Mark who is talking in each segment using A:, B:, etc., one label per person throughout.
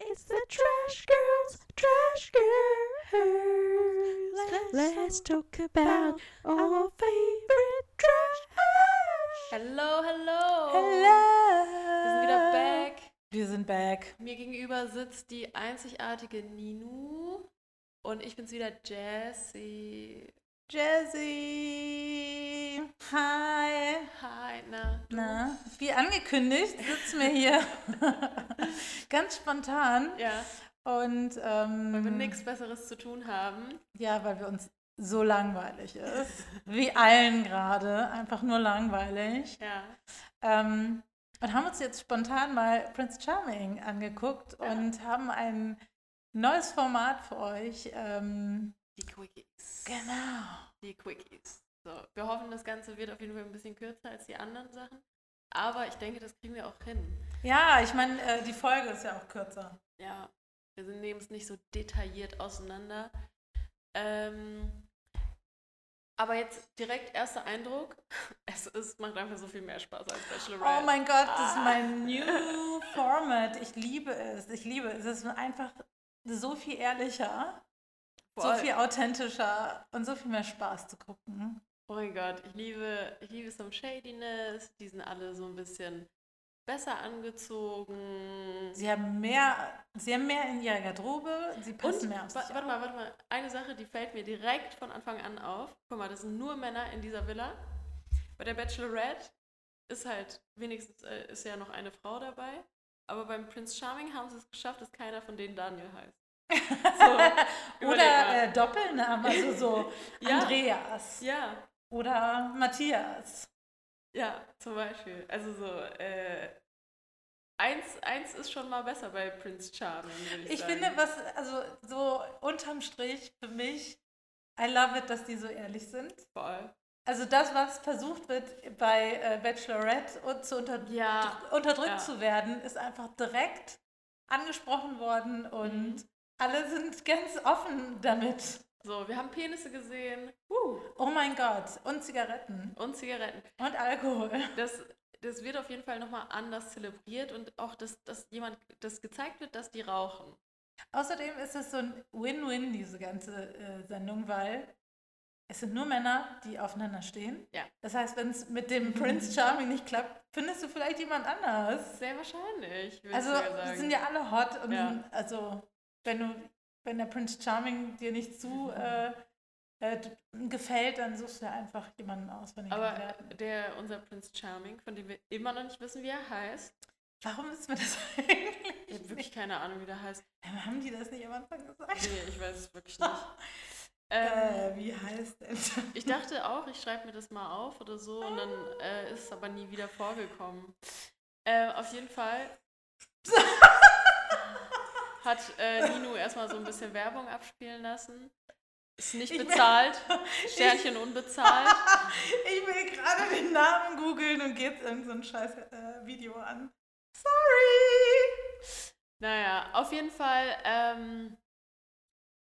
A: It's the Trash Girls, Trash Girls. Let's, talk about our favorite Trash.
B: Hello, hello.
A: Hello.
B: Wir sind wieder back.
A: Wir sind back.
B: Mir gegenüber sitzt die einzigartige Ninu. Und ich bin's wieder, Jessie.
A: Jazzy. Hi.
B: Hi, na. du?
A: Na, wie angekündigt sitzen wir hier ganz spontan
B: Ja,
A: und ähm,
B: weil wir nichts Besseres zu tun haben.
A: Ja, weil wir uns so langweilig ist. Wie allen gerade. Einfach nur langweilig.
B: Ja.
A: Ähm, und haben uns jetzt spontan mal Prince Charming angeguckt
B: Ja.
A: und haben ein neues Format für euch. Ähm,
B: Die Quickies.
A: genau.
B: Die Quickies. So, wir hoffen, das Ganze wird auf jeden Fall ein bisschen kürzer als die anderen Sachen. Aber ich denke, das kriegen wir auch hin.
A: Ja, ich meine, äh, die Folge ist ja auch kürzer.
B: Ja, wir sind- nehmen es nicht so detailliert auseinander. Ähm, aber jetzt direkt erster Eindruck. Es ist, macht einfach so viel mehr Spaß als Bachelorette.
A: Oh mein Gott, das ist
B: Ah.
A: mein new Format. Ich liebe es. Ich liebe es. Es ist einfach so viel ehrlicher, so
B: Voll.
A: viel authentischer und so viel mehr Spaß zu gucken.
B: Oh mein Gott, ich liebe, ich liebe Some Shadiness. Die sind alle so ein bisschen besser angezogen.
A: Sie haben mehr, sie haben mehr in ihrer Garderobe, sie passen
B: Und,
A: mehr auf
B: wa-
A: sich.
B: warte mal, warte mal. Eine Sache, die fällt mir direkt von Anfang an auf. Guck mal, das sind nur Männer in dieser Villa. Bei der Bachelorette ist halt, wenigstens äh, ist ja noch eine Frau dabei. Aber beim Prince Charming haben sie es geschafft, dass keiner von denen Daniel heißt. So,
A: Oder
B: überleg mal.
A: äh, Doppelnamen, also so
B: Ja.
A: Andreas
B: Ja,
A: oder Matthias.
B: ja, zum Beispiel. Also so, äh, eins, eins ist schon mal besser bei Prince Charming, würde ich,
A: Ich
B: sagen.
A: finde, was, also so unterm Strich für mich, I love it, dass die so ehrlich sind.
B: Voll.
A: Also das, was versucht wird bei äh, Bachelorette und zu unter
B: Ja,
A: unterdrückt
B: ja.
A: zu werden, ist einfach direkt angesprochen worden und
B: Mhm.
A: alle sind ganz offen damit.
B: so, wir haben Penisse gesehen. Huh.
A: Oh mein Gott, und Zigaretten
B: Und Zigaretten.
A: und Alkohol.
B: das, das wird auf jeden Fall nochmal anders zelebriert und auch, dass, dass jemand, das gezeigt wird, dass die rauchen.
A: Außerdem ist es so ein Win-Win, diese ganze äh, Sendung, weil es sind nur Männer, die aufeinander stehen.
B: Ja.
A: Das heißt, wenn es mit dem Prince Charming nicht klappt, findest du vielleicht jemand anders.
B: Sehr wahrscheinlich, würde
A: Also
B: ich sogar
A: wir
B: sagen.
A: sind ja alle hot und
B: Ja.
A: also wenn du, wenn der Prince Charming dir nicht zu äh, äh, d- gefällt, dann suchst du einfach jemanden aus von den
B: Aber
A: Kandidaten.
B: der, unser Prinz Charming, von dem wir immer noch nicht wissen, wie er heißt,
A: Warum ist mir das eigentlich?
B: ich habe wirklich keine Ahnung, wie der heißt.
A: Haben die das nicht am Anfang gesagt?
B: Nee, ich weiß es wirklich nicht. Ähm,
A: Äh, wie heißt denn?
B: ich dachte auch, ich schreibe mir das mal auf oder so und dann äh, ist es aber nie wieder vorgekommen. Äh, auf jeden Fall hat äh, Nino erstmal so ein bisschen Werbung abspielen lassen. Ist nicht
A: Ich-
B: bezahlt. Sternchen unbezahlt.
A: Ich will gerade den Namen googeln und gehe jetzt irgend so ein scheiß äh, Video an. Sorry!
B: Naja, auf jeden Fall, ähm,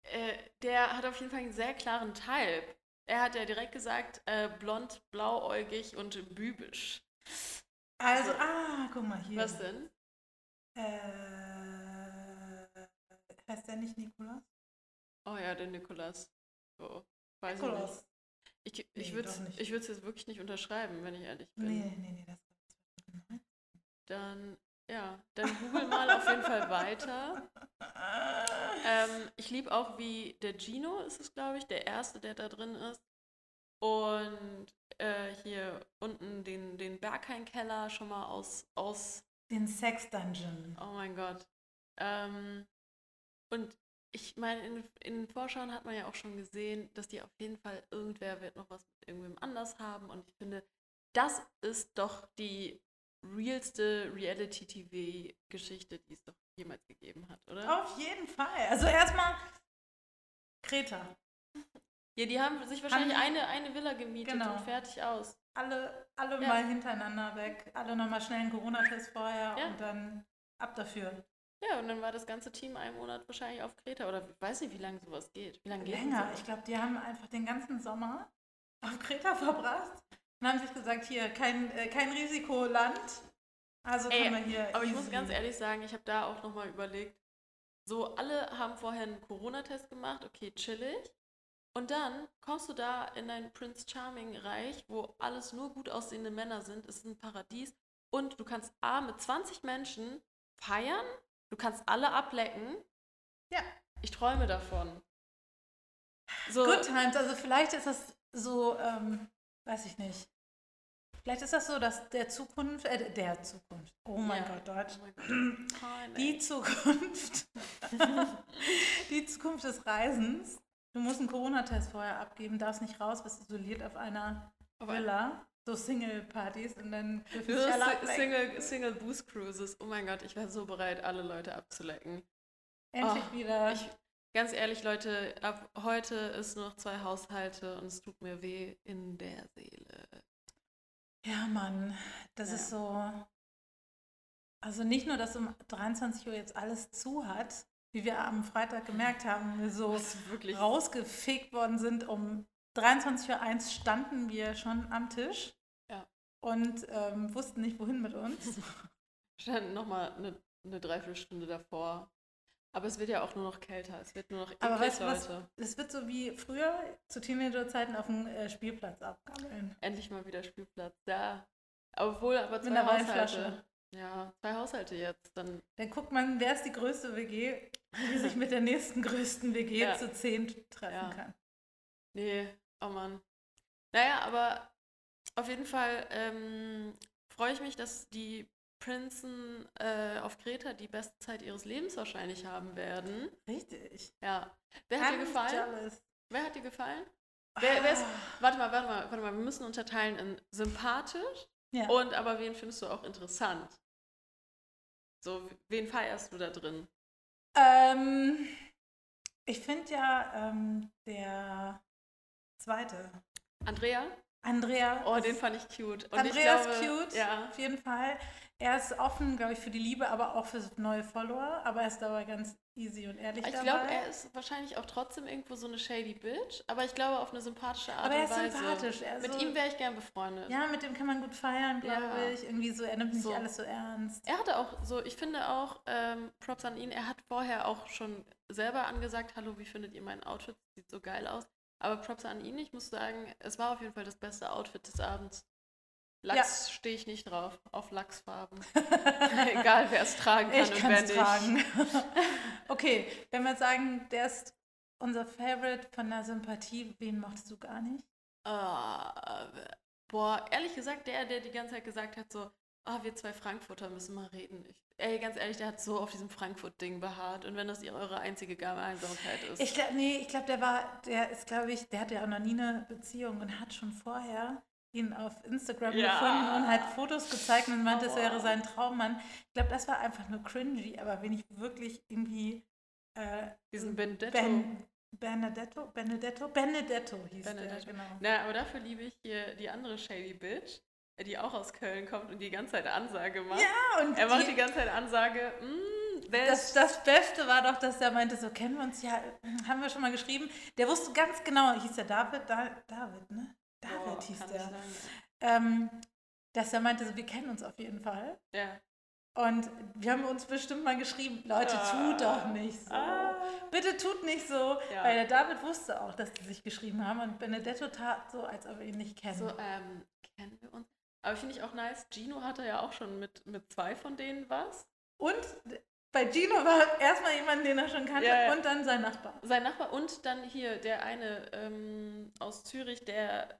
B: äh, der hat auf jeden Fall einen sehr klaren Teil. Er hat ja direkt gesagt, äh, blond, blauäugig und bübisch.
A: Also, ah, guck mal hier.
B: Was denn?
A: Äh, heißt der nicht Nikolaus?
B: Oh ja, der Nikolas. So, weiß
A: Nikolaus.
B: ich nicht. Ich,
A: Nee,
B: ich
A: doch
B: würde
A: nicht.
B: es jetzt wirklich nicht unterschreiben, wenn ich ehrlich bin.
A: Nee, nee, nee, das
B: Dann, ja, dann google mal auf jeden Fall weiter. Ähm, ich liebe auch, wie der Gino ist es, glaube ich, der erste, der da drin ist. Und äh, hier unten den, den Berghain-Keller schon mal aus, aus
A: Den Sex Dungeon.
B: Oh mein Gott. Ähm, und ich meine, in, in den Vorschauen hat man ja auch schon gesehen, dass die auf jeden Fall irgendwer wird noch was mit irgendwem anders haben. Und ich finde, das ist doch die realste Reality-TV-Geschichte, die es doch jemals gegeben hat, oder?
A: Auf jeden Fall. Also erstmal Kreta.
B: Ja, die haben sich wahrscheinlich
A: Haben-
B: eine, eine Villa gemietet
A: Genau.
B: und fertig aus.
A: Alle, alle
B: Ja.
A: mal hintereinander weg. Alle nochmal schnell einen Corona-Test vorher
B: Ja.
A: und dann ab dafür.
B: Ja, und dann war das ganze Team einen Monat wahrscheinlich auf Kreta. Oder ich weiß nicht, wie lange sowas geht. Wie lange geht denn
A: Länger.
B: sowas?
A: Ich glaube, die haben einfach den ganzen Sommer auf Kreta verbracht und haben sich gesagt, hier, kein, äh, kein Risikoland. Also
B: Ey,
A: können wir hier.
B: Aber ich muss
A: easy-
B: ganz ehrlich sagen, ich habe da auch nochmal überlegt, So, alle haben vorher einen Corona-Test gemacht, okay, chillig. Und dann kommst du da in dein Prince Charming-Reich, wo alles nur gut aussehende Männer sind. Es ist ein Paradies. Und du kannst A, mit 20 Menschen feiern. Du kannst alle ablecken.
A: Ja.
B: Ich träume davon. So,
A: Good Times, also vielleicht ist das so, ähm, weiß ich nicht. Vielleicht ist das so, dass der Zukunft, äh, der Zukunft, oh mein
B: Ja.
A: Gott, Deutsch,
B: Oh mein Gott. Time,
A: die
B: ey.
A: Zukunft, die Zukunft des Reisens. Du musst einen Corona-Test vorher abgeben, darfst nicht raus, bist isoliert auf einer
B: Aber-
A: Villa, so Single-Partys und dann dürfen
B: Nur
A: sich alle
B: Si-
A: ablecken.
B: Single, Single Boost Cruises. Oh mein Gott, ich wäre so bereit, alle Leute abzulecken.
A: Endlich
B: Oh,
A: wieder.
B: Ich, ganz ehrlich, Leute, ab heute ist nur noch zwei Haushalte und es tut mir weh in der Seele.
A: Ja, Mann, das
B: Ja.
A: ist so. Also nicht nur, dass um 23 Uhr jetzt alles zu hat, wie wir am Freitag gemerkt haben, wir so
B: Das Oh, ist wirklich.
A: rausgefegt worden sind. Um 23.01 Uhr standen wir schon am Tisch
B: Ja.
A: und ähm, wussten nicht, wohin mit uns.
B: Stand nochmal eine, eine Dreiviertelstunde davor. Aber es wird ja auch nur noch kälter. Es wird nur noch
A: Aber
B: eklig,
A: weißt du was?
B: Leute.
A: Es wird so wie früher zu Teenagerzeiten auf dem äh, Spielplatz abgammeln.
B: Endlich mal wieder Spielplatz. Da. Obwohl, aber zwei
A: Mit einer
B: Haushalte.
A: Weinflasche.
B: Ja, zwei Haushalte jetzt. Dann
A: Dann guckt man, wer ist die größte WG, die sich mit der nächsten größten WG
B: Ja.
A: zu zehn treffen
B: Ja.
A: kann.
B: Nee, oh Mann. Naja, aber auf jeden Fall ähm, freue ich mich, dass die Prinzen äh, auf Kreta die beste Zeit ihres Lebens wahrscheinlich haben werden.
A: Richtig.
B: Ja. Wer hat dir
A: I'm
B: gefallen?
A: jealous. Ah.
B: Wer hat dir gefallen? Wer, wer ist, warte mal, warte mal, warte mal. Wir müssen unterteilen in sympathisch
A: Ja.
B: und aber wen findest du auch interessant? So, wen feierst du da drin?
A: Ähm, ich finde ja ähm, der zweite,
B: Andrea?
A: Andrea.
B: Oh,
A: ist-
B: den fand ich cute. Und
A: Andrea
B: ich glaube,
A: ist cute,
B: Ja.
A: auf jeden Fall. Er ist offen, glaube ich, für die Liebe, aber auch für neue Follower. Aber er ist dabei ganz easy und ehrlich
B: Ich
A: dabei.
B: glaube, er ist wahrscheinlich auch trotzdem irgendwo so eine shady Bitch, aber ich glaube auf eine sympathische Art
A: aber er
B: und
A: ist
B: Weise.
A: sympathisch. Er ist
B: Mit
A: so,
B: ihm wäre ich gern befreundet.
A: ja, mit dem kann man gut feiern, glaube
B: Ja.
A: ich. Irgendwie so, er nimmt nicht
B: So.
A: alles so ernst.
B: Er hatte auch so, ich finde auch, ähm, Props an ihn, er hat vorher auch schon selber angesagt, hallo, wie findet ihr mein Outfit? Sieht so geil aus. Aber Props an ihn, ich muss sagen, es war auf jeden Fall das beste Outfit des Abends. Lachs stehe ich nicht drauf, auf Lachsfarben. Egal, wer es tragen kann
A: ich
B: und
A: kann
B: wer
A: es
B: nicht.
A: tragen. okay, wenn wir jetzt sagen, der ist unser Favorite von der Sympathie, wen mochtest du gar nicht?
B: Ah, boah, ehrlich gesagt, der, der die ganze Zeit gesagt hat, so, ah, wir zwei Frankfurter müssen mal reden. Ich, ey, ganz ehrlich, der hat so auf diesem Frankfurt-Ding beharrt. Und wenn das ihre, eure einzige Gemeinsamkeit ist.
A: Ich glaube, nee, ich glaube, der war, der ist, glaube ich, der hatte ja auch noch nie eine Beziehung und hat schon vorher ihn auf Instagram
B: Ja. Oh.
A: gefunden und hat Fotos gezeigt und meinte, es
B: Aua.
A: wäre sein Traummann. Ich glaube, das war einfach nur cringy, aber wenn ich wirklich irgendwie äh,
B: diesen Benedetto.
A: ben, Benedetto, Benedetto, Benedetto hieß
B: Benedetto.
A: der, genau.
B: Na, aber dafür liebe ich hier die andere Shady Bitch, die auch aus Köln kommt und die ganze Zeit Ansage macht.
A: Ja, und
B: er macht die,
A: die-
B: ganze Zeit Ansage, mm, wer
A: das,
B: ist
A: das Beste war doch, dass er meinte, so kennen wir uns ja, haben wir schon mal geschrieben. Der wusste ganz genau, hieß der David, da, David, ne? David
B: Boah,
A: hieß
B: Oh, kann
A: der.
B: ich sagen.
A: ähm, dass er meinte, so, wir kennen uns auf jeden Fall.
B: Ja.
A: Und wir haben uns bestimmt mal geschrieben, Leute, tut
B: Ah.
A: doch nicht so.
B: Ah.
A: Bitte tut nicht so.
B: Ja.
A: Weil der David wusste auch, dass die sich geschrieben haben. Und Benedetto tat so, als ob er ihn nicht kennt.
B: So, ähm, kennen wir uns? Aber finde ich auch nice, Gino hatte ja auch schon mit, mit zwei von denen was.
A: Und bei Gino war erstmal jemand, den er schon kannte.
B: Ja, ja.
A: Und dann sein Nachbar.
B: Sein Nachbar und dann hier der eine ähm, aus Zürich, der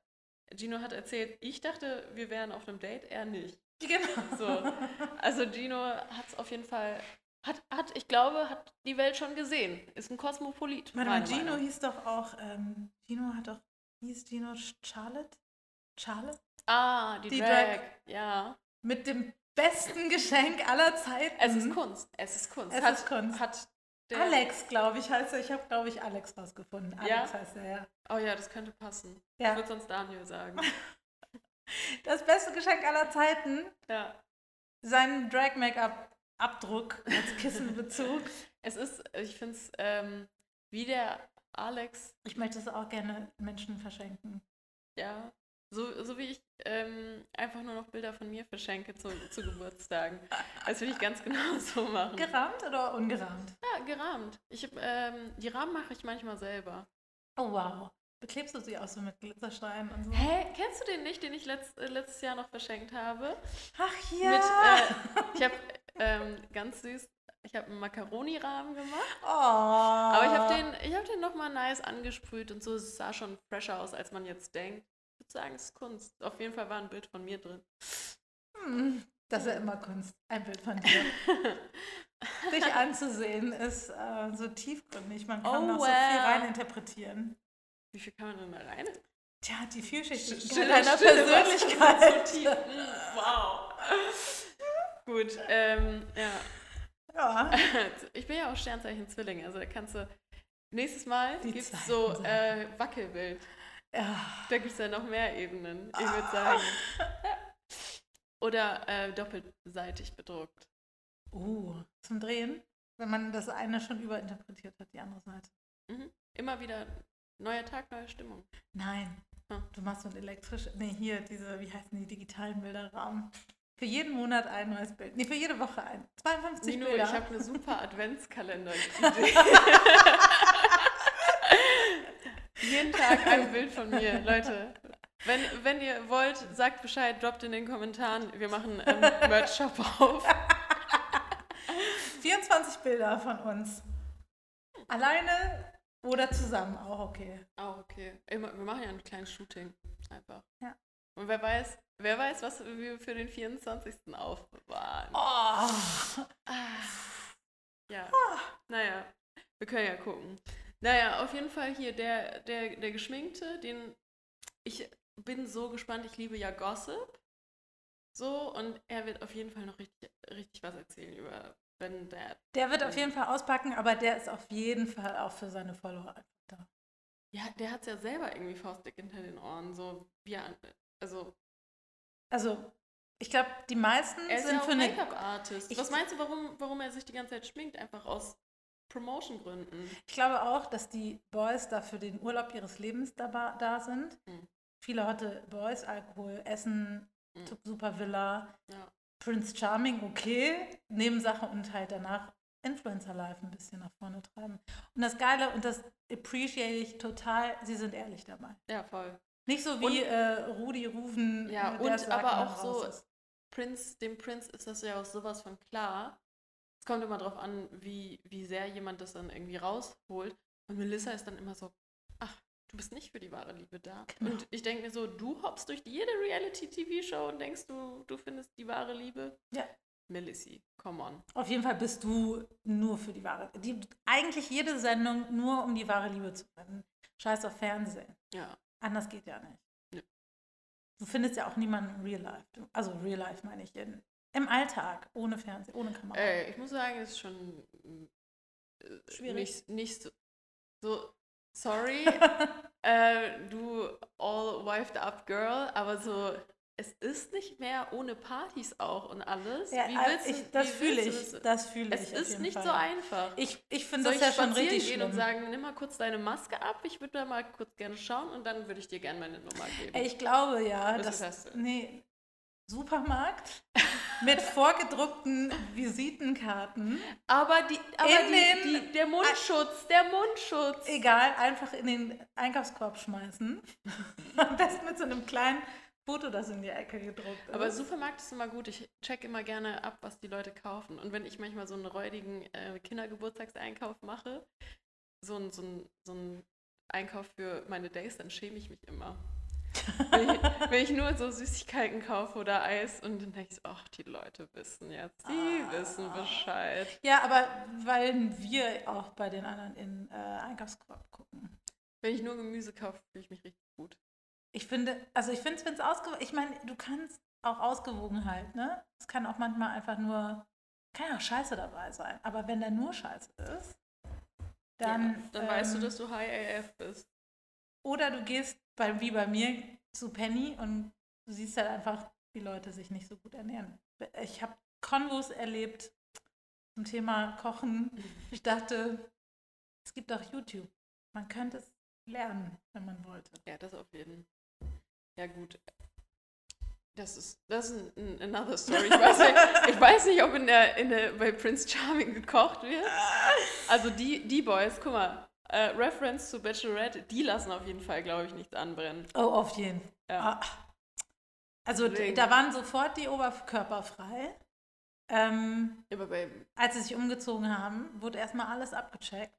B: Gino hat erzählt, ich dachte, wir wären auf einem Date, er nicht.
A: Genau.
B: So. Also Gino hat es auf jeden Fall, hat, hat, ich glaube, hat die Welt schon gesehen. Ist ein Kosmopolit.
A: Warte mal,
B: meine
A: Gino
B: Meinung.
A: hieß doch auch, ähm, Gino hat doch, hieß Gino Charlotte? Charlotte?
B: Ah, die,
A: Die
B: Drag.
A: Drag.
B: Ja.
A: Mit dem besten Geschenk aller Zeiten.
B: Es ist Kunst. Es ist Kunst.
A: Mhm. Es
B: hat,
A: ist Kunst.
B: Hat der,
A: Alex, glaube ich, heißt er. Ich habe, glaube ich, Alex rausgefunden. Alex heißt er, ja.
B: Oh ja, das könnte passen. Ich
A: ja.
B: würde sonst Daniel sagen.
A: Das beste Geschenk aller Zeiten,
B: ja.
A: seinen Drag-Make-up-Abdruck als Kissenbezug.
B: Es ist, ich finde es, ähm, wie der Alex,
A: ich möchte es auch gerne Menschen verschenken.
B: ja, So, so wie ich ähm, einfach nur noch Bilder von mir verschenke zu, zu Geburtstagen. Das will ich ganz genau so machen.
A: Gerahmt oder ungerahmt?
B: Ja, gerahmt. Ich, hab, ähm, die Rahmen mache ich manchmal selber.
A: Oh wow. Beklebst du sie auch so mit Glitzersteinen und so?
B: Hä? Kennst du den nicht, den ich letzt, äh, letztes Jahr noch verschenkt habe?
A: Ach
B: Mit,
A: ja.
B: äh, ich habe ähm, ganz süß, ich habe einen Macaroni-Rahmen gemacht.
A: oh.
B: Aber
A: Aber
B: ich habe den, ich hab den nochmal nice angesprüht und so. Es sah schon fresher aus, als man jetzt denkt. Ich würde sagen, es ist Kunst. Auf jeden Fall war ein Bild von mir drin.
A: Hm. Das ist ja immer Kunst. Ein Bild von dir. Dich anzusehen ist äh, so tiefgründig. Man kann
B: Oh,
A: noch so viel
B: wow.
A: reininterpretieren.
B: Wie viel kann man denn da rein?
A: Tja, die Vielschichtigkeit
B: Stille-
A: deiner
B: Stille Wasser
A: Persönlichkeit.
B: So tief. Mm, Wow. Gut, ähm, ja.
A: Ja.
B: Ich bin ja auch Sternzeichen Zwilling, also da kannst du. Nächstes Mal
A: Die
B: gibt es
A: Zeiten
B: so
A: sind-
B: äh, Wackelbild.
A: ja.
B: Da gibt es ja noch mehr Ebenen, ich würde sagen. Oder äh, doppelseitig bedruckt.
A: Uh, zum Drehen. Wenn man das eine schon überinterpretiert hat, die andere Seite.
B: Mhm. Immer wieder neuer Tag, neue Stimmung.
A: Nein.
B: Hm.
A: Du machst so ein elektrisch. Nee, hier, diese, wie heißen die digitalen Bilderrahmen? Für jeden Monat ein neues Bild. Nee, für jede Woche ein. 52
B: Nino,
A: Bilder.
B: ich habe eine super Adventskalender. Jeden Tag ein Bild von mir, Leute. Wenn, wenn ihr wollt, sagt Bescheid, droppt in den Kommentaren. Wir machen ähm, Merch-Shop auf.
A: 24 Bilder von uns. Alleine oder zusammen, auch okay.
B: Auch Oh, okay. Immer, wir machen ja ein kleines Shooting. Einfach.
A: Ja.
B: Und wer weiß, wer weiß, was wir für den 24. aufbewahren.
A: Oh.
B: Ja. Naja, wir können ja gucken. Naja, auf jeden Fall hier der, der, der Geschminkte, den ich bin so gespannt, ich liebe ja Gossip. So, und er wird auf jeden Fall noch richtig, richtig was erzählen über Ben Dad.
A: Der wird auf jeden Fall auspacken, aber der ist auf jeden Fall auch für seine Follower einfach da.
B: Ja, der hat es ja selber irgendwie faustdick hinter den Ohren. So, ja, also
A: Also, ich glaube, die meisten
B: er ist
A: sind
B: ja auch
A: für ne eine
B: Make-up-Artist.
A: Ich-
B: Was meinst du, warum, warum er sich die ganze Zeit schminkt? Einfach aus Promotion-Gründen.
A: Ich glaube auch, dass die Boys da für den Urlaub ihres Lebens da, ba- da sind.
B: Mhm.
A: Viele hotte Boys, Alkohol, Essen,
B: Mhm.
A: Tup- Super Villa,
B: Ja.
A: Prince Charming, okay, Nebensache und halt danach Influencer-Life ein bisschen nach vorne treiben. Und das Geile, und das appreciate ich total, sie sind ehrlich dabei.
B: Ja, voll.
A: Nicht so
B: Und-
A: wie äh, Rudi Rufen,
B: Ja,
A: äh,
B: und
A: der sagt,
B: aber
A: wann
B: auch
A: raus
B: so-
A: ist.
B: Prinz, dem Prinz ist das ja auch sowas von klar. Es kommt immer drauf an, wie, wie sehr jemand das dann irgendwie rausholt. Und Melissa ist dann immer so, ach, du bist nicht für die wahre Liebe da.
A: Genau.
B: Und ich denke mir so, du hoppst durch jede Reality-TV-Show und denkst, du, du findest die wahre Liebe.
A: Ja.
B: Melissy, come on.
A: Auf jeden Fall bist du nur für die wahre, die, eigentlich jede Sendung nur um die wahre Liebe zu finden. Scheiß auf Fernsehen.
B: Ja.
A: Anders geht ja nicht.
B: Nö.
A: Du findest ja auch niemanden im Real Life. Du- Also Real Life meine ich in, im Alltag, ohne Fernsehen, ohne Kamera.
B: Äh, ich muss sagen, es ist schon äh,
A: Schwierig.
B: Nicht, nicht so, so sorry, äh, du all wifed up girl, aber so, es ist nicht mehr ohne Partys auch und alles.
A: ja,
B: wie
A: aber
B: willst
A: ich,
B: du,
A: das
B: wie
A: fühle
B: willst
A: ich.
B: du das?
A: Das fühle ich.
B: Es
A: auf
B: ist
A: jeden
B: nicht
A: Fall.
B: so einfach.
A: Ich, ich finde
B: Soll
A: das
B: ich
A: ja schon
B: spazieren
A: richtig
B: gehen
A: schlimm.
B: und sagen, nimm mal kurz deine Maske ab, ich würde da mal kurz gerne schauen und dann würde ich dir gerne meine Nummer geben.
A: Ey, ich glaube ja,
B: Was
A: dass
B: ist das denn?
A: nee, Supermarkt mit vorgedruckten Visitenkarten.
B: aber die, aber
A: In
B: die,
A: den-
B: die, der Mundschutz, der Mundschutz.
A: Egal, einfach in den Einkaufskorb schmeißen. Am besten mit so einem kleinen Foto, das in die Ecke gedruckt ist.
B: Aber Supermarkt ist immer gut. Ich check immer gerne ab, was die Leute kaufen. Und wenn ich manchmal so einen räudigen äh, Kindergeburtstagseinkauf mache, so einen so ein- so ein Einkauf für meine Days, dann schäme ich mich immer. wenn, ich, wenn ich nur so Süßigkeiten kaufe oder Eis und dann denke ich so, ach, die Leute wissen jetzt, die
A: Ah.
B: wissen Bescheid.
A: Ja, aber weil wir auch bei den anderen in äh, Einkaufskorb gucken.
B: Wenn ich nur Gemüse kaufe, fühle ich mich richtig gut.
A: Ich finde, also ich finde es, wenn es ausgewogen, ich meine, du kannst auch Ausgewogenheit, ne? Es kann auch manchmal einfach nur, kann ja auch Scheiße dabei sein. Aber wenn da nur Scheiße ist, dann,
B: ja, dann weißt du,
A: ähm,
B: dass du High AF bist.
A: Oder du gehst bei, wie bei mir zu Penny und du siehst halt einfach, wie Leute sich nicht so gut ernähren. Ich habe Konvos erlebt zum Thema Kochen. Ich dachte, es gibt auch YouTube. Man könnte es lernen, wenn man wollte.
B: Ja, das auf jeden Fall. Ja, gut. Das ist, das ist ein, ein another story. Ich weiß nicht, ich weiß nicht ob in der, in der, bei Prince Charming gekocht wird. Also die, die Boys, guck mal, äh, Reference zu Bachelorette, die lassen auf jeden Fall, glaube ich, nichts anbrennen.
A: Oh, auf jeden Fall.
B: Ja.
A: Ah. Also d-
B: Deswegen.
A: da waren sofort die Oberkörper frei. Ähm,
B: Aber bei,
A: als sie sich umgezogen haben, wurde erstmal alles abgecheckt.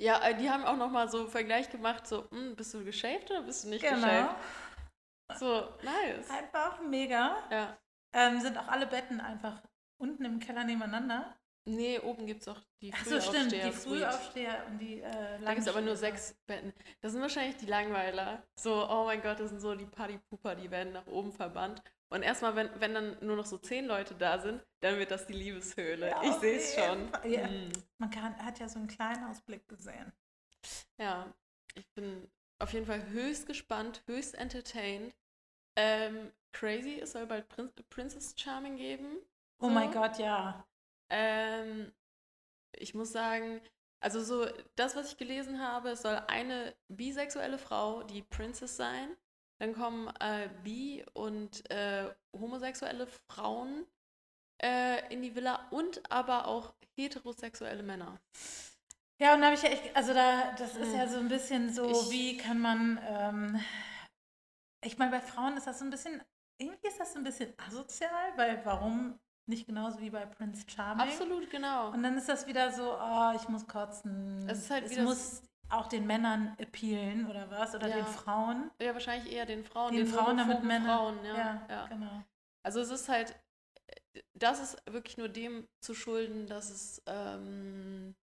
B: ja, äh, die haben auch nochmal so einen Vergleich gemacht, so, hm, bist du geschäft oder bist du nicht
A: Genau. Ah.
B: geschäft? So, nice.
A: Einfach mega.
B: Ja.
A: Ähm, sind auch alle Betten einfach unten im Keller nebeneinander.
B: Nee, oben gibt es auch die
A: Ach so, stimmt. Die
B: Frühaufsteher-Suite.
A: Frühaufsteher und die äh,
B: Da gibt es aber nur
A: Langsteher.
B: sechs Betten. Das sind wahrscheinlich die Langweiler. So, oh mein Gott, das sind so die Partypooper, die werden nach oben verbannt. Und erstmal, wenn, wenn dann nur noch so zehn Leute da sind, dann wird das die Liebeshöhle.
A: Ja,
B: ich
A: auf
B: sehe es
A: jeden
B: schon.
A: Fall. Ja.
B: Mm.
A: Man kann, hat ja so einen kleinen Ausblick gesehen.
B: ja, ich bin auf jeden Fall höchst gespannt, höchst entertained. Ähm, crazy, es soll bald Prin Princess Charming geben.
A: Oh
B: So.
A: mein Gott, ja.
B: Ähm, ich muss sagen, also so das, was ich gelesen habe, es soll eine bisexuelle Frau, die Princess sein. Dann kommen äh, bi- und äh, homosexuelle Frauen äh, in die Villa und aber auch heterosexuelle Männer.
A: Ja, und da habe ich ja echt, also da, das ist ja
B: Mhm.
A: so ein bisschen so,
B: Ich-
A: wie kann man, ähm, ich meine, bei Frauen ist das so ein bisschen, irgendwie ist das so ein bisschen asozial, weil warum nicht genauso wie bei Prince Charming?
B: Absolut, genau.
A: Und dann ist das wieder so, oh, ich muss kotzen.
B: Es ist halt
A: es
B: wieder
A: muss auch den Männern appealen oder was, oder
B: Ja.
A: den Frauen.
B: Ja, wahrscheinlich eher den Frauen,
A: Den Frauen, damit
B: homophoben
A: Männer-
B: Frauen, ja. ja.
A: genau.
B: Also es ist halt, das ist wirklich nur dem zu schulden, dass es ähm,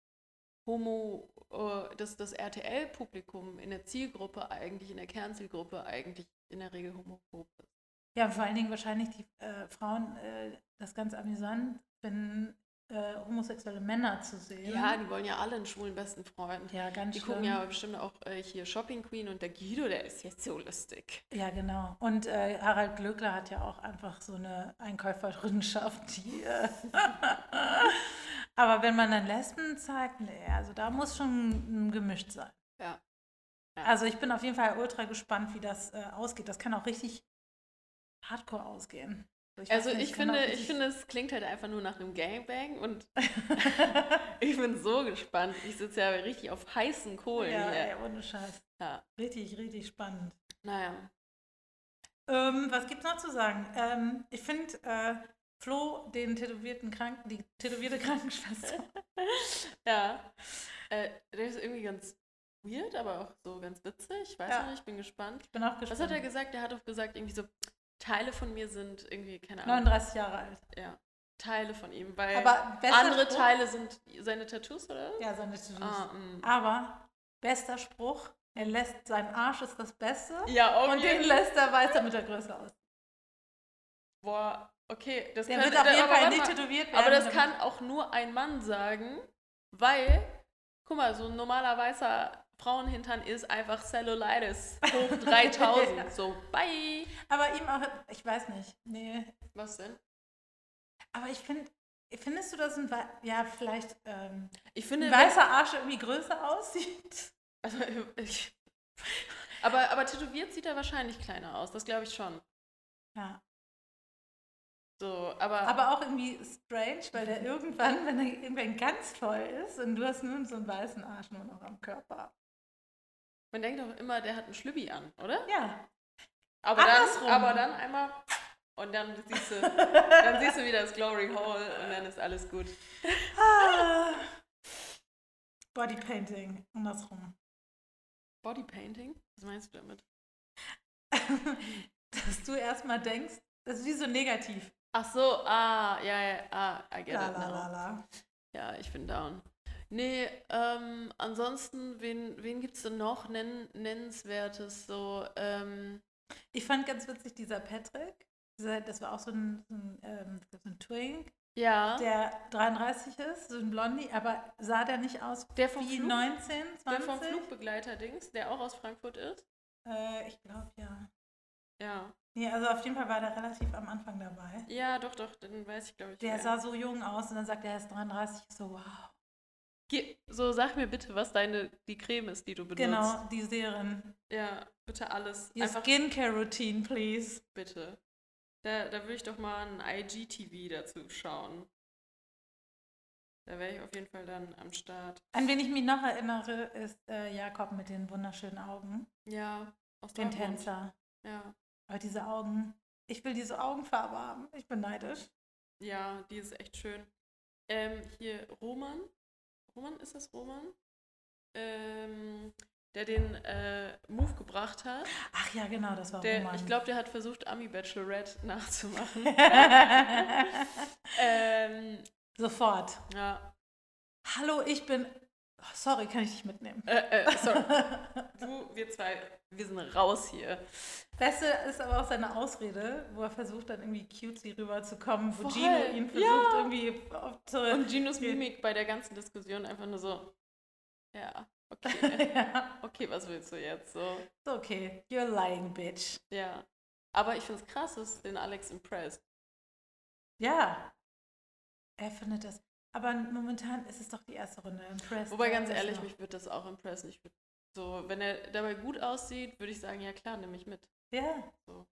B: Homo, äh, dass das RTL-Publikum in der Zielgruppe eigentlich, in der Kernzielgruppe eigentlich in der Regel homophob ist.
A: Ja, und vor allen Dingen wahrscheinlich die äh, Frauen, äh, das ist ganz amüsant, wenn äh, homosexuelle Männer zu sehen.
B: Ja, die wollen ja alle einen schwulen besten Freund.
A: ja ganz
B: Die
A: schlimm.
B: gucken ja bestimmt auch äh, hier Shopping Queen und der Guido, der ist jetzt so lustig.
A: Ja, genau. Und äh, Harald Glöckler hat ja auch einfach so eine Einkäuferinnenschaft, die. Äh, aber wenn man dann Lesben zeigt, nee, also da muss schon mm, gemischt sein.
B: Ja. Ja.
A: Also ich bin auf jeden Fall ultra gespannt, wie das äh, ausgeht. Das kann auch richtig hardcore ausgehen.
B: Also
A: weiß
B: ich
A: nicht, genau, kann
B: finde,
A: auch
B: ich
A: richtig-
B: finde, es klingt halt einfach nur nach einem Gangbang und ich bin so gespannt. Ich sitze ja richtig auf heißen Kohlen
A: ja,
B: hier.
A: ey, ohne Scheiß.
B: Ja.
A: Richtig, richtig spannend.
B: Naja.
A: Ähm, was gibt's noch zu sagen? Ähm, ich finde äh, Flo, den tätowierten Kranken, die tätowierte Krankenschwester.
B: Ja. Äh, der ist irgendwie ganz weird, aber auch so ganz witzig. Ich weiß
A: Ja.
B: noch nicht, ich bin gespannt.
A: bin auch gespannt.
B: Was hat er gesagt? Er hat auch gesagt, irgendwie so, Teile von mir sind irgendwie, keine Ahnung.
A: 39 Jahre alt.
B: Ja. Teile von ihm, weil
A: Aber bester
B: andere
A: Spruch,
B: Teile sind seine Tattoos, oder?
A: Ja, seine Tattoos.
B: Ah, mm.
A: Aber bester Spruch, er lässt sein Arsch ist das Beste
B: ja auf
A: und den
B: jeden-
A: lässt er weiß er mit der Größe aus.
B: Boah, okay. Das
A: Der
B: kann,
A: wird auf
B: da-
A: jeden
B: aber
A: Fall
B: warte
A: nicht
B: mal.
A: tätowiert werden.
B: Aber das kann auch nur ein Mann sagen, weil, guck mal, so ein normaler weißer Frauenhintern ist einfach Cellulitis hoch 3000.
A: Ja.
B: So, bye.
A: Aber ihm auch, ich weiß nicht. Nee.
B: Was denn?
A: Aber ich finde, findest du, dass ein, wei- ja, vielleicht ähm,
B: Ich
A: ein
B: finde,
A: weißer Arsch irgendwie größer aussieht?
B: also, ich, aber, aber tätowiert sieht er wahrscheinlich kleiner aus, das glaube ich schon.
A: Ja.
B: So, aber,
A: Aber auch irgendwie strange, weil der irgendwann, wenn er irgendwann ganz voll ist und du hast nur so einen weißen Arsch nur noch am Körper.
B: man denkt doch immer, der hat einen Schlübbi an, oder?
A: Ja,
B: Aber dann,
A: Andersrum.
B: aber dann einmal und dann siehst du, dann siehst du wieder das Glory Hole und dann ist alles gut.
A: Ah. Bodypainting, andersrum.
B: Bodypainting? Was meinst du damit?
A: Dass du erstmal denkst, das ist wie so negativ.
B: Ach so, ah, ja, ja, ah, I get
A: La,
B: it
A: la,
B: now.
A: la, la.
B: Ja, ich bin down. Nee, ähm, ansonsten, wen, nen gibt es denn noch Nenn, nennenswertes so? Ähm,
A: Ich fand ganz witzig, dieser Patrick, dieser, das war auch so ein, so ein, ähm, so ein Twink,
B: ja, der,
A: der 33 ist, so ein Blondie, aber sah der nicht aus
B: vom
A: wie
B: Flug,
A: 19, 20?
B: der vom Flugbegleiter-Dings, der auch aus Frankfurt ist.
A: Äh, ich glaube ja.
B: Ja,
A: Nee, also auf jeden Fall war der relativ am Anfang dabei.
B: ja, doch, doch, dann weiß ich, glaube ich.
A: Der
B: wer.
A: sah so jung aus und dann sagt er, er ist 33. Ich so, wow.
B: Ge- so sag mir bitte, was deine die Creme ist, die du benutzt.
A: Genau, die Serien.
B: Ja, bitte alles.
A: Your
B: Einfach
A: Skincare-Routine, please.
B: bitte. Da, da würde ich doch mal ein IGTV dazu schauen. Da wäre ich auf jeden Fall dann am Start.
A: An wen ich mich noch erinnere, ist äh, Jakob mit den wunderschönen Augen.
B: Ja, aus
A: Den
B: Dortmund.
A: Tänzer.
B: Ja.
A: Aber diese Augen. Ich will diese Augenfarbe haben. Ich bin neidisch.
B: ja, die ist echt schön. Ähm, hier Roman. Roman, ist das Roman? Ähm, der den äh, Move gebracht hat.
A: Ach ja, genau, das war
B: Der,
A: Roman.
B: ich glaube, der hat versucht, Ami Bachelorette nachzumachen. ähm,
A: Sofort.
B: ja,
A: Hallo, ich bin. Oh, sorry, kann ich dich mitnehmen?
B: äh, äh, sorry. Du, wir zwei, wir sind raus hier.
A: Beste ist aber auch seine Ausrede, wo er versucht, dann irgendwie cutesy rüberzukommen, wo
B: Voll.
A: Gino ihn versucht,
B: Ja.
A: irgendwie auf zu.
B: Und Ginos
A: Hier.
B: Mimik bei der ganzen Diskussion einfach nur so, ja, okay,
A: ja.
B: okay, was willst du jetzt? So,
A: Ist okay. You're lying, bitch.
B: ja. Aber ich finde es krass, dass den Alex impressed.
A: Ja. Er findet das. Aber momentan ist es doch die erste Runde. Impressed. ne?
B: Wobei ganz
A: ist
B: ehrlich,
A: noch.
B: mich würde das auch impressen. Ich würd, so, wenn er dabei gut aussieht, würde ich sagen, ja klar, nimm mich mit.
A: Ja.
B: So.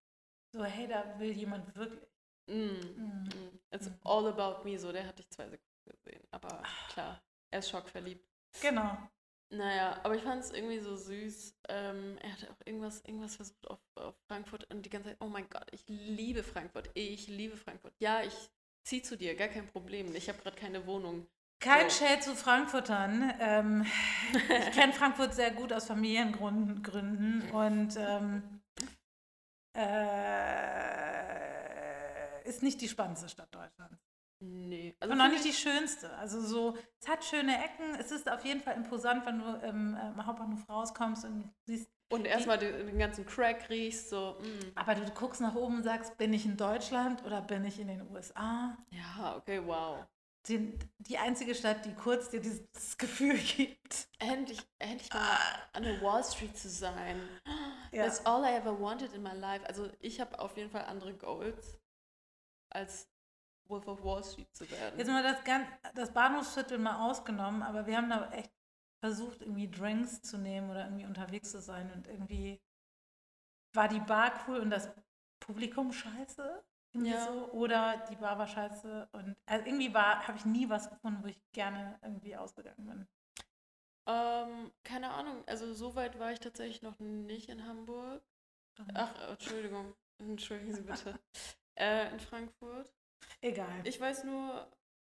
A: So, hey, da will jemand wirklich.
B: Mm.
A: Mm.
B: Mm. It's
A: Mhm.
B: all about me, so der hatte ich zwei Sekunden gesehen. Aber klar, er ist schockverliebt.
A: Genau.
B: Naja, aber ich fand es irgendwie so süß. Ähm, er hatte auch irgendwas, irgendwas versucht auf, auf Frankfurt und die ganze Zeit, oh mein Gott, ich liebe Frankfurt. Ich liebe Frankfurt. Ja, ich zieh zu dir, gar kein Problem. Ich habe gerade keine Wohnung.
A: Kein
B: So.
A: Shade zu Frankfurtern. Ähm, ich kenne Frankfurt sehr gut aus Familiengründen Gründen und ähm, äh, ist nicht die spannendste Stadt Deutschlands.
B: Nee. Also
A: Und auch
B: find
A: nicht
B: ich-
A: die schönste. Also so, es hat schöne Ecken. Es ist auf jeden Fall imposant, wenn du im ähm, Hauptbahnhof rauskommst und siehst,
B: und erstmal den, den ganzen Crack riechst, so, mm.
A: aber du guckst nach oben und sagst, bin ich in Deutschland oder bin ich in den USA?
B: ja, okay, wow.
A: Die, die einzige Stadt, die kurz dir dieses Gefühl gibt.
B: Endlich, endlich mal an der Wall Street zu sein.
A: Ja.
B: That's all I ever wanted in my life. Also ich habe auf jeden Fall andere Goals, als Wolf of Wall Street zu werden.
A: Jetzt mal das, ganz, das Bahnhofsviertel mal ausgenommen, aber wir haben da echt versucht, irgendwie Drinks zu nehmen oder irgendwie unterwegs zu sein und irgendwie war die Bar cool und das Publikum scheiße. Irgendwie
B: Ja.
A: so. Oder die Bar war scheiße. Und also irgendwie war, habe ich nie was gefunden, wo ich gerne irgendwie ausgegangen bin.
B: Ähm, keine Ahnung, also so weit war ich tatsächlich noch nicht in Hamburg. Ach, äh, Entschuldigung, entschuldigen Sie bitte. Äh, in Frankfurt.
A: Egal.
B: Ich weiß nur,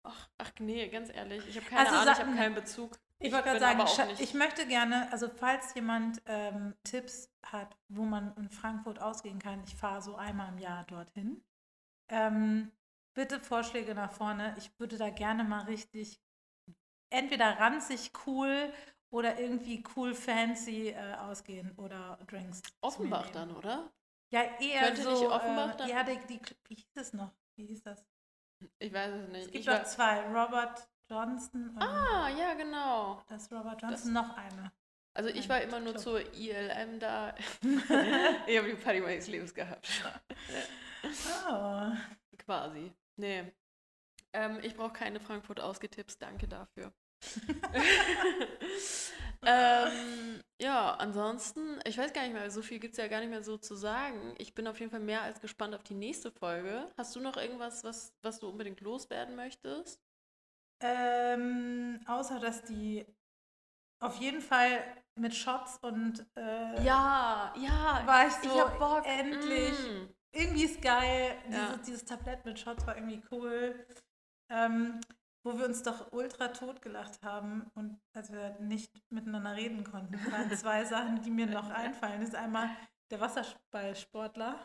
B: ach, ach nee, ganz ehrlich, ich habe keine
A: Also
B: Ahnung, ich
A: sag-
B: habe keinen Bezug.
A: Ich
B: Ich
A: wollte gerade
B: bin
A: sagen,
B: aber auch
A: scha-
B: nicht-
A: ich möchte gerne, also falls jemand ähm, Tipps hat, wo man in Frankfurt ausgehen kann, ich fahre so einmal im Jahr dorthin. Ähm, bitte Vorschläge nach vorne. Ich würde da gerne mal richtig, entweder ranzig cool oder irgendwie cool fancy äh, ausgehen oder Drinks. zu mir
B: Offenbach
A: nehmen.
B: dann, oder?
A: Ja, eher
B: Könnte
A: so.
B: nicht Offenbach
A: äh,
B: dann-
A: Ja, die, die, wie hieß das noch? Wie hieß das?
B: Ich weiß es nicht.
A: Es gibt
B: ich
A: doch
B: war,
A: zwei, Robert Johnson und
B: ah, ja, genau.
A: das ist Robert Johnson, noch eine.
B: Also ich
A: Nein,
B: war immer nur
A: Club.
B: zur ILM da. ich habe die Party meines Lebens gehabt.
A: Oh.
B: Quasi. Nee. Ähm, ich brauche keine Frankfurt-Ausgetipps, danke dafür. ähm, ja, ansonsten, ich weiß gar nicht mehr, so viel gibt es ja gar nicht mehr so zu sagen. Ich bin auf jeden Fall mehr als gespannt auf die nächste Folge. Hast du noch irgendwas, was, was du unbedingt loswerden möchtest?
A: Ähm, außer, dass die auf jeden Fall mit Shots und äh,
B: Ja, ja.
A: war ich so,
B: ich hab Bock.
A: endlich,
B: Mm.
A: irgendwie ist geil.
B: Ja.
A: Dieses, dieses Tablett mit Shots war irgendwie cool. Ähm, wo wir uns doch ultra tot gelacht haben und als wir nicht miteinander reden konnten, waren zwei Sachen, die mir noch einfallen. Das ist einmal der Wasserballsportler.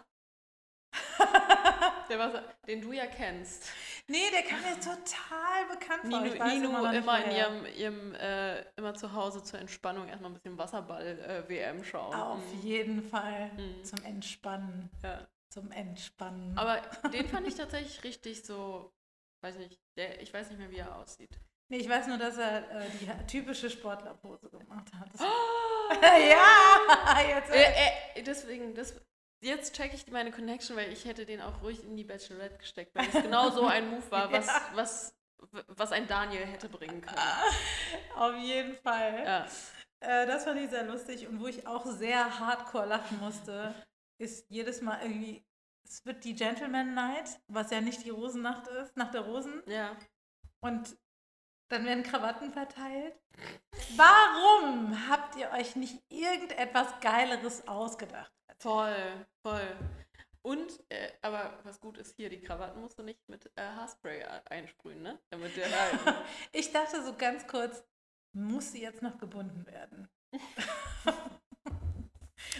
B: Der war, so- den du ja kennst.
A: Nee, der kam mir total bekannt vor.
B: Nino,
A: Ich weiß
B: Nino
A: immer noch
B: immer,
A: nicht,
B: in
A: woher.
B: ihrem, ihrem äh, immer zu Hause zur Entspannung erstmal ein bisschen Wasserball-WM schauen.
A: Auf jeden Fall
B: Mhm.
A: zum Entspannen.
B: Ja.
A: Zum Entspannen.
B: Aber den fand ich tatsächlich richtig so, weiß nicht, der, ich weiß nicht mehr, wie er aussieht.
A: nee, ich weiß nur, dass er äh, die typische Sportlerpose gemacht hat. Das ja, jetzt.
B: Äh, äh, deswegen, das, jetzt checke ich meine Connection, weil ich hätte den auch ruhig in die Bachelorette gesteckt, weil es genau so ein Move war, was,
A: Ja. Ah.
B: was w- was ein Daniel hätte bringen können.
A: Auf jeden Fall.
B: Ja.
A: Äh, das fand ich sehr lustig und wo ich auch sehr hardcore lachen musste, ist jedes Mal irgendwie, es wird die Gentleman Night, was ja nicht die Rosennacht ist, Nacht der Rosen,
B: ja.
A: und dann werden Krawatten verteilt. Warum habt ihr euch nicht irgendetwas Geileres ausgedacht?
B: Voll, voll. Und, äh, aber was gut ist hier, die Krawatten musst du nicht mit äh, Haarspray a- einsprühen, ne? Damit der halt.
A: Ich dachte so ganz kurz, muss sie jetzt noch gebunden werden?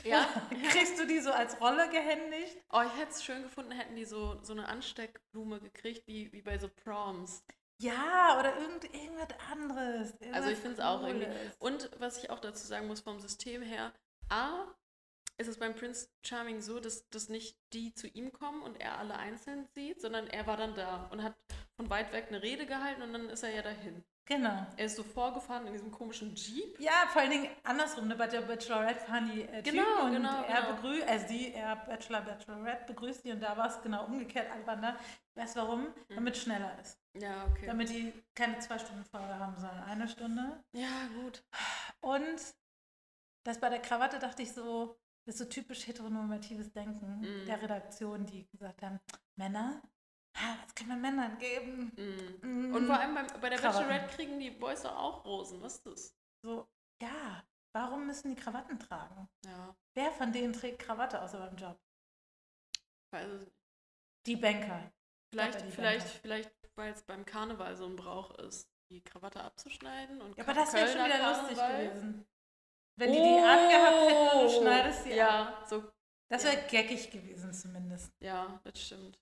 B: ja.
A: Kriegst du die so als Rolle gehändigt?
B: Oh, ich hätte es schön gefunden, hätten die so, so eine Ansteckblume gekriegt, wie, wie bei so Proms.
A: Ja, oder irgend, irgendwas anderes. Irgendwas
B: Also ich finde es auch irgendwie.
A: Cooles.
B: Und was ich auch dazu sagen muss vom System her, A, ist es beim Prince Charming so, dass, dass nicht die zu ihm kommen und er alle einzeln sieht, sondern er war dann da und hat von weit weg eine Rede gehalten und dann ist er ja dahin.
A: Genau.
B: Er ist so vorgefahren in diesem komischen Jeep.
A: Ja, vor allen Dingen andersrum, ne? Bei der Bachelorette fahren die äh,
B: Genau,
A: Typen und
B: genau,
A: er
B: genau.
A: begrüßt, also die, er Bachelor, Bachelorette begrüßt die und da war es genau umgekehrt, alle waren da. Weißt du warum? Damit es schneller ist.
B: Ja, Hm. okay.
A: Damit die keine zwei Stunden Folge haben sollen, eine Stunde.
B: ja, gut.
A: Und das bei der Krawatte dachte ich so, das ist so typisch heteronormatives Denken
B: Mhm.
A: der Redaktion, die gesagt haben, Männer? Ha, was können wir Männern geben?
B: Mm.
A: Mm.
B: Und vor allem beim, bei der
A: Krawatten.
B: Bachelorette kriegen die Boys doch auch Rosen. Was ist das?
A: so, ja, warum müssen die Krawatten tragen?
B: Ja,
A: Wer von denen trägt Krawatte außer beim Job?
B: also
A: Die Banker.
B: vielleicht,
A: Gott, die
B: vielleicht,
A: Banker.
B: vielleicht, weil es beim Karneval so ein Brauch ist, die Krawatte abzuschneiden und
A: Ja, aber das wäre schon
B: Kölner
A: wieder lustig
B: Karneval.
A: gewesen. Wenn die die angehabt hätten und du
B: Oh,
A: schneidest die ab.
B: Ja, so,
A: Das wäre geckig gewesen zumindest.
B: ja, das stimmt.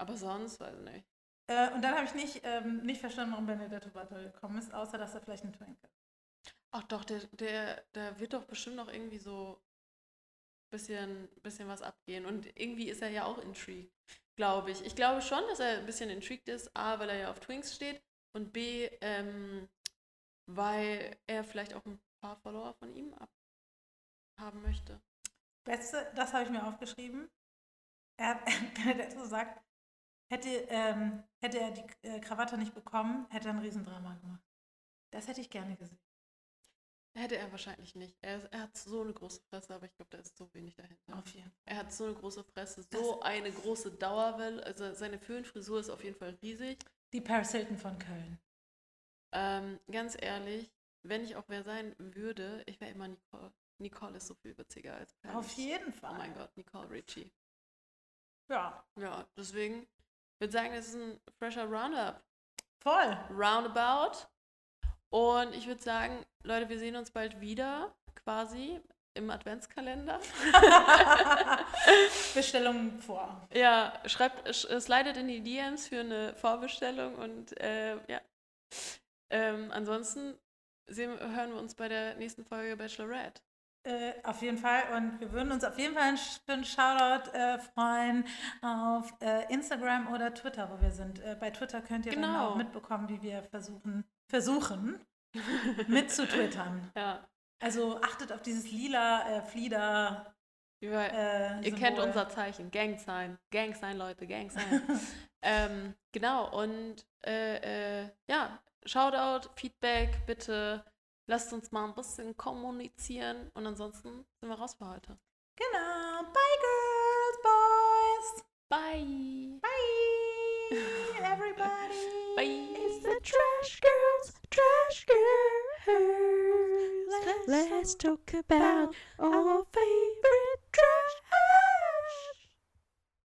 B: Aber sonst weiß ich nicht.
A: Äh, und dann habe ich nicht, ähm, nicht verstanden, warum Benedetto Bartol gekommen ist, außer dass er vielleicht ein Twink ist.
B: Ach doch, der, der, der wird doch bestimmt noch irgendwie so ein bisschen, bisschen was abgehen. Und irgendwie ist er ja auch intrigued, glaube ich. Ich glaube schon, dass er ein bisschen intrigued ist. A, weil er ja auf Twinks steht. Und B, ähm, weil er vielleicht auch ein paar Follower von ihm ab haben möchte.
A: Beste, das habe ich mir aufgeschrieben. Er, Benedetto sagt, hätte, ähm, hätte er die äh, Krawatte nicht bekommen, hätte er ein Riesendrama gemacht. Das hätte ich gerne gesehen.
B: Hätte er wahrscheinlich nicht. Er, ist- er hat so eine große Fresse, aber ich glaube, da ist so wenig dahinter.
A: Auf jeden Fall.
B: Er hat so eine große Fresse, so eine große Dauerwelle. Also seine Föhnfrisur ist auf jeden Fall riesig.
A: Die Paris Hilton von Köln.
B: Ähm, ganz ehrlich, wenn ich auch wer sein würde, ich wäre immer Nicole. Nicole ist so viel witziger als Paris.
A: Auf jeden Fall.
B: Oh mein Gott, Nicole Richie.
A: Ja,
B: Ja, deswegen würde sagen, das ist ein fresher Roundup.
A: voll.
B: Roundabout. Und ich würde sagen, Leute, wir sehen uns bald wieder, quasi im Adventskalender.
A: Bestellungen vor.
B: Ja, schreibt, sch- äh, slidet in die DMs für eine Vorbestellung und äh, ja. Ähm, ansonsten sehen, hören wir uns bei der nächsten Folge Bachelorette.
A: Äh, auf jeden Fall. Und wir würden uns auf jeden Fall für einen Shoutout äh, freuen auf äh, Instagram oder Twitter, wo wir sind. Äh, bei Twitter könnt ihr dann
B: Genau.
A: auch mitbekommen, wie wir versuchen, versuchen mitzutwittern.
B: Ja,
A: Also achtet auf dieses lila äh, Flieder.
B: über,
A: Äh,
B: ihr kennt
A: Symbol.
B: unser Zeichen, Gang sein, Gang sein, Leute, Gang sein. ähm, genau, und äh, äh, ja, Shoutout, Feedback, bitte lasst uns mal ein bisschen kommunizieren und ansonsten sind wir raus für heute.
A: Genau. Bye, Girls, Boys.
B: Bye!
A: Bye, everybody.
B: Bye.
A: It's
C: the trash girls, trash girls. Let's, talk about our favorite.